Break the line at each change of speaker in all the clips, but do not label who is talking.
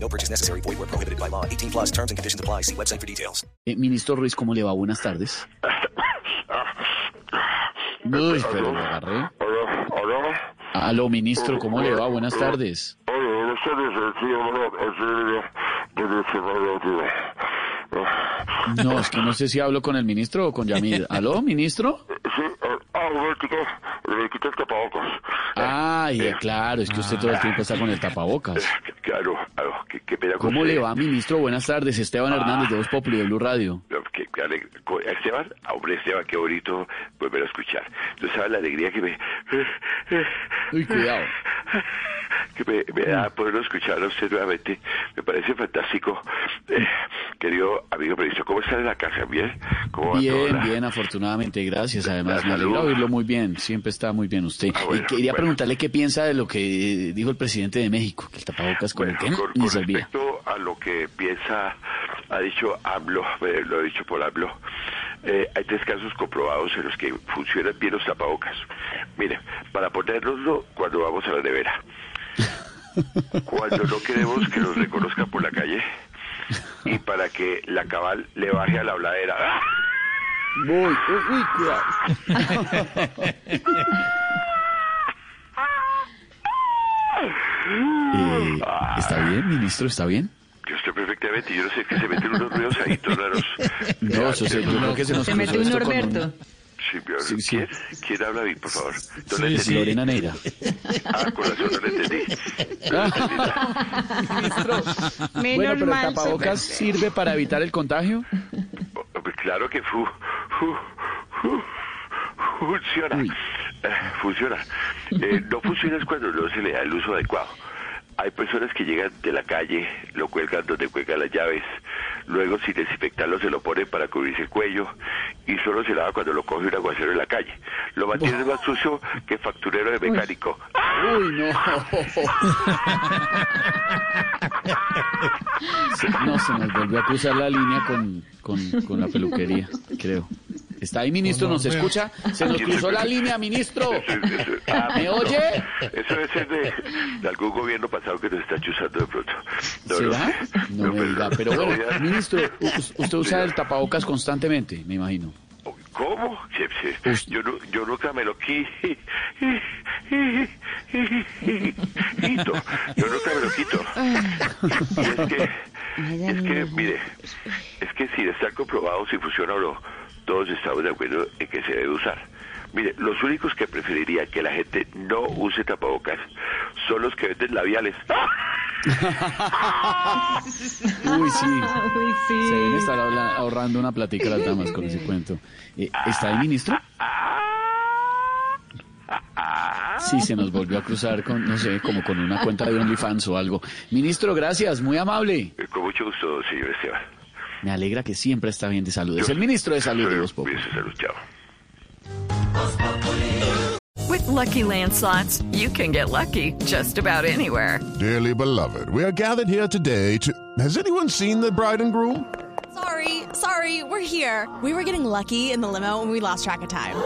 No purchase necessary. Void where prohibited by law. 18 plus terms and conditions apply. See website for details.
Eh, ministro Ruiz, ¿cómo le va? Buenas tardes. Uy, pero lo agarré.
Hola, hola.
Aló, ministro, ¿cómo le va? Buenas tardes.
Hola, buenas tardes, el tío Bob, el tío de Derecho Radioactivo. Eh,
No, es que no sé si hablo con el ministro o con Yamid. ¿Aló, ministro?
Sí, eh, ah, le voy a quitar, le voy a quitar el tapabocas.
Ay, eh, claro, es que usted todo el tiempo está con el tapabocas.
Claro, claro, qué, qué pena con
¿Cómo
usted.
le va, ministro? Buenas tardes. Esteban Hernández de Voz Populi de Blue Radio.
No, qué- qué aleg- con Esteban, ah, hombre, Esteban, qué bonito volver a escuchar. No sabes la alegría que me,
Uy, cuidado.
que me, me
Mm.
da poderlo escuchar a usted nuevamente. Me parece fantástico. Eh, querido amigo ministro, ¿cómo está en la casa? ¿Bien? ¿Cómo va todo?
Bien,
La-
bien, afortunadamente, gracias. Además,
La
me alegra
salud.
oírlo muy bien. Siempre está muy bien usted.
Ah, bueno,
y quería
bueno.
preguntarle qué piensa de lo que eh, dijo el presidente de México, que el tapabocas con el
Bueno,
que
con,
ni
con
se olvida.
respecto a lo que piensa, ha dicho AMLO, eh, lo ha dicho por AMLO, eh, hay tres casos comprobados en los que funcionan bien los tapabocas. Mire, para ponérnoslo cuando vamos a la nevera, cuando no queremos que nos reconozcan por la calle y para que la cabal le baje a la habladera. ¡Ah!
Uy, uy, uy, cuidado. Eh, ¿Está bien, ministro? ¿Está bien?
Yo estoy perfectamente, yo no sé, es que se meten unos ruidos ahí todos raros.
No, eso se, yo creo que se nos
Se
cruzó
metió un
esto con un-
Norberto.
Sí, pero-
Sí, sí.
¿quién, ¿Quién habla bien, por favor? No le
Es
entendí.
Lorena Neira.
Ah, con razón no le entendí.
Bueno,
Menos
pero el
mal.
tapabocas sirve para evitar el contagio.
Oh, pues Claro que fu, fu- fu- funciona. Eh, Funciona. Eh, no funciona es cuando no se le da el uso adecuado. Hay personas que llegan de la calle, lo cuelgan donde cuelgan las llaves, luego sin desinfectarlo se lo ponen para cubrirse el cuello y solo se lava cuando lo coge un aguacero en la calle. Lo mantiene más sucio que facturero de mecánico.
Uy, no. Se- no, se nos volvió a cruzar la línea con, con, con la peluquería, creo. Está ahí, ministro, nos escucha. Se nos cruzó la línea, ministro.
Ah,
¿Me
no.
oye?
Eso debe ser de, de algún gobierno pasado que nos está chuzando de pronto. No, no
¿Será?
sé.
No me diga, pero
no
bueno,
voy a-
ministro, u- us- usted usa el tapabocas constantemente, me imagino.
¿Cómo? Sí, sí.
Pues-
Yo, nu- yo nunca me lo quito. Yo nunca me lo quito. Y es que, es que, mire, es que sin estar comprobado si funciona o no, todos estamos de acuerdo en que se debe usar. Mire, los únicos que preferiría que la gente no use tapabocas son los que venden labiales.
Uy, sí. Se deben estar habla- ahorrando una platica las damas con ese cuento. Eh, ¿Está ahí, ministro? Sí, se nos volvió a cruzar con, no sé, como con una cuenta de OnlyFans o algo. Ministro, gracias, muy amable.
Eh, Con mucho gusto, señor Esteban.
Me alegra que siempre está bien de salud. Es el ministro de Salud de los Popos.
Cuídese, salud, chao.
With Lucky Land slots, you can get lucky just about anywhere.
Dearly beloved, we are gathered here today to. Has anyone seen the bride and groom?
Sorry, sorry, we're here. We were getting lucky in the limo and we lost track of time.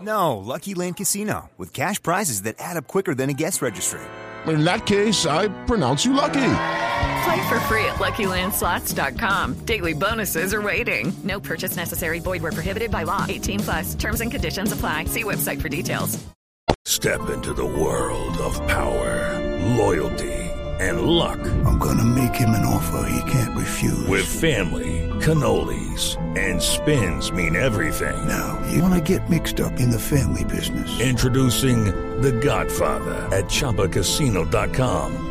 No, Lucky Land Casino, with cash prizes that add up quicker than a guest registry.
In that case, I pronounce you lucky.
Play for free at LuckyLandSlots.com. Daily bonuses are waiting. No purchase necessary. Void where prohibited by law. 18 plus terms and conditions apply. See website for details.
Step into the world of power, loyalty, and luck
I'm gonna make him an offer he can't refuse.
with family, cannolis, and spins mean everything.
now, you wanna get mixed up in the family business.
Introducing The Godfather at ChumbaCasino.com.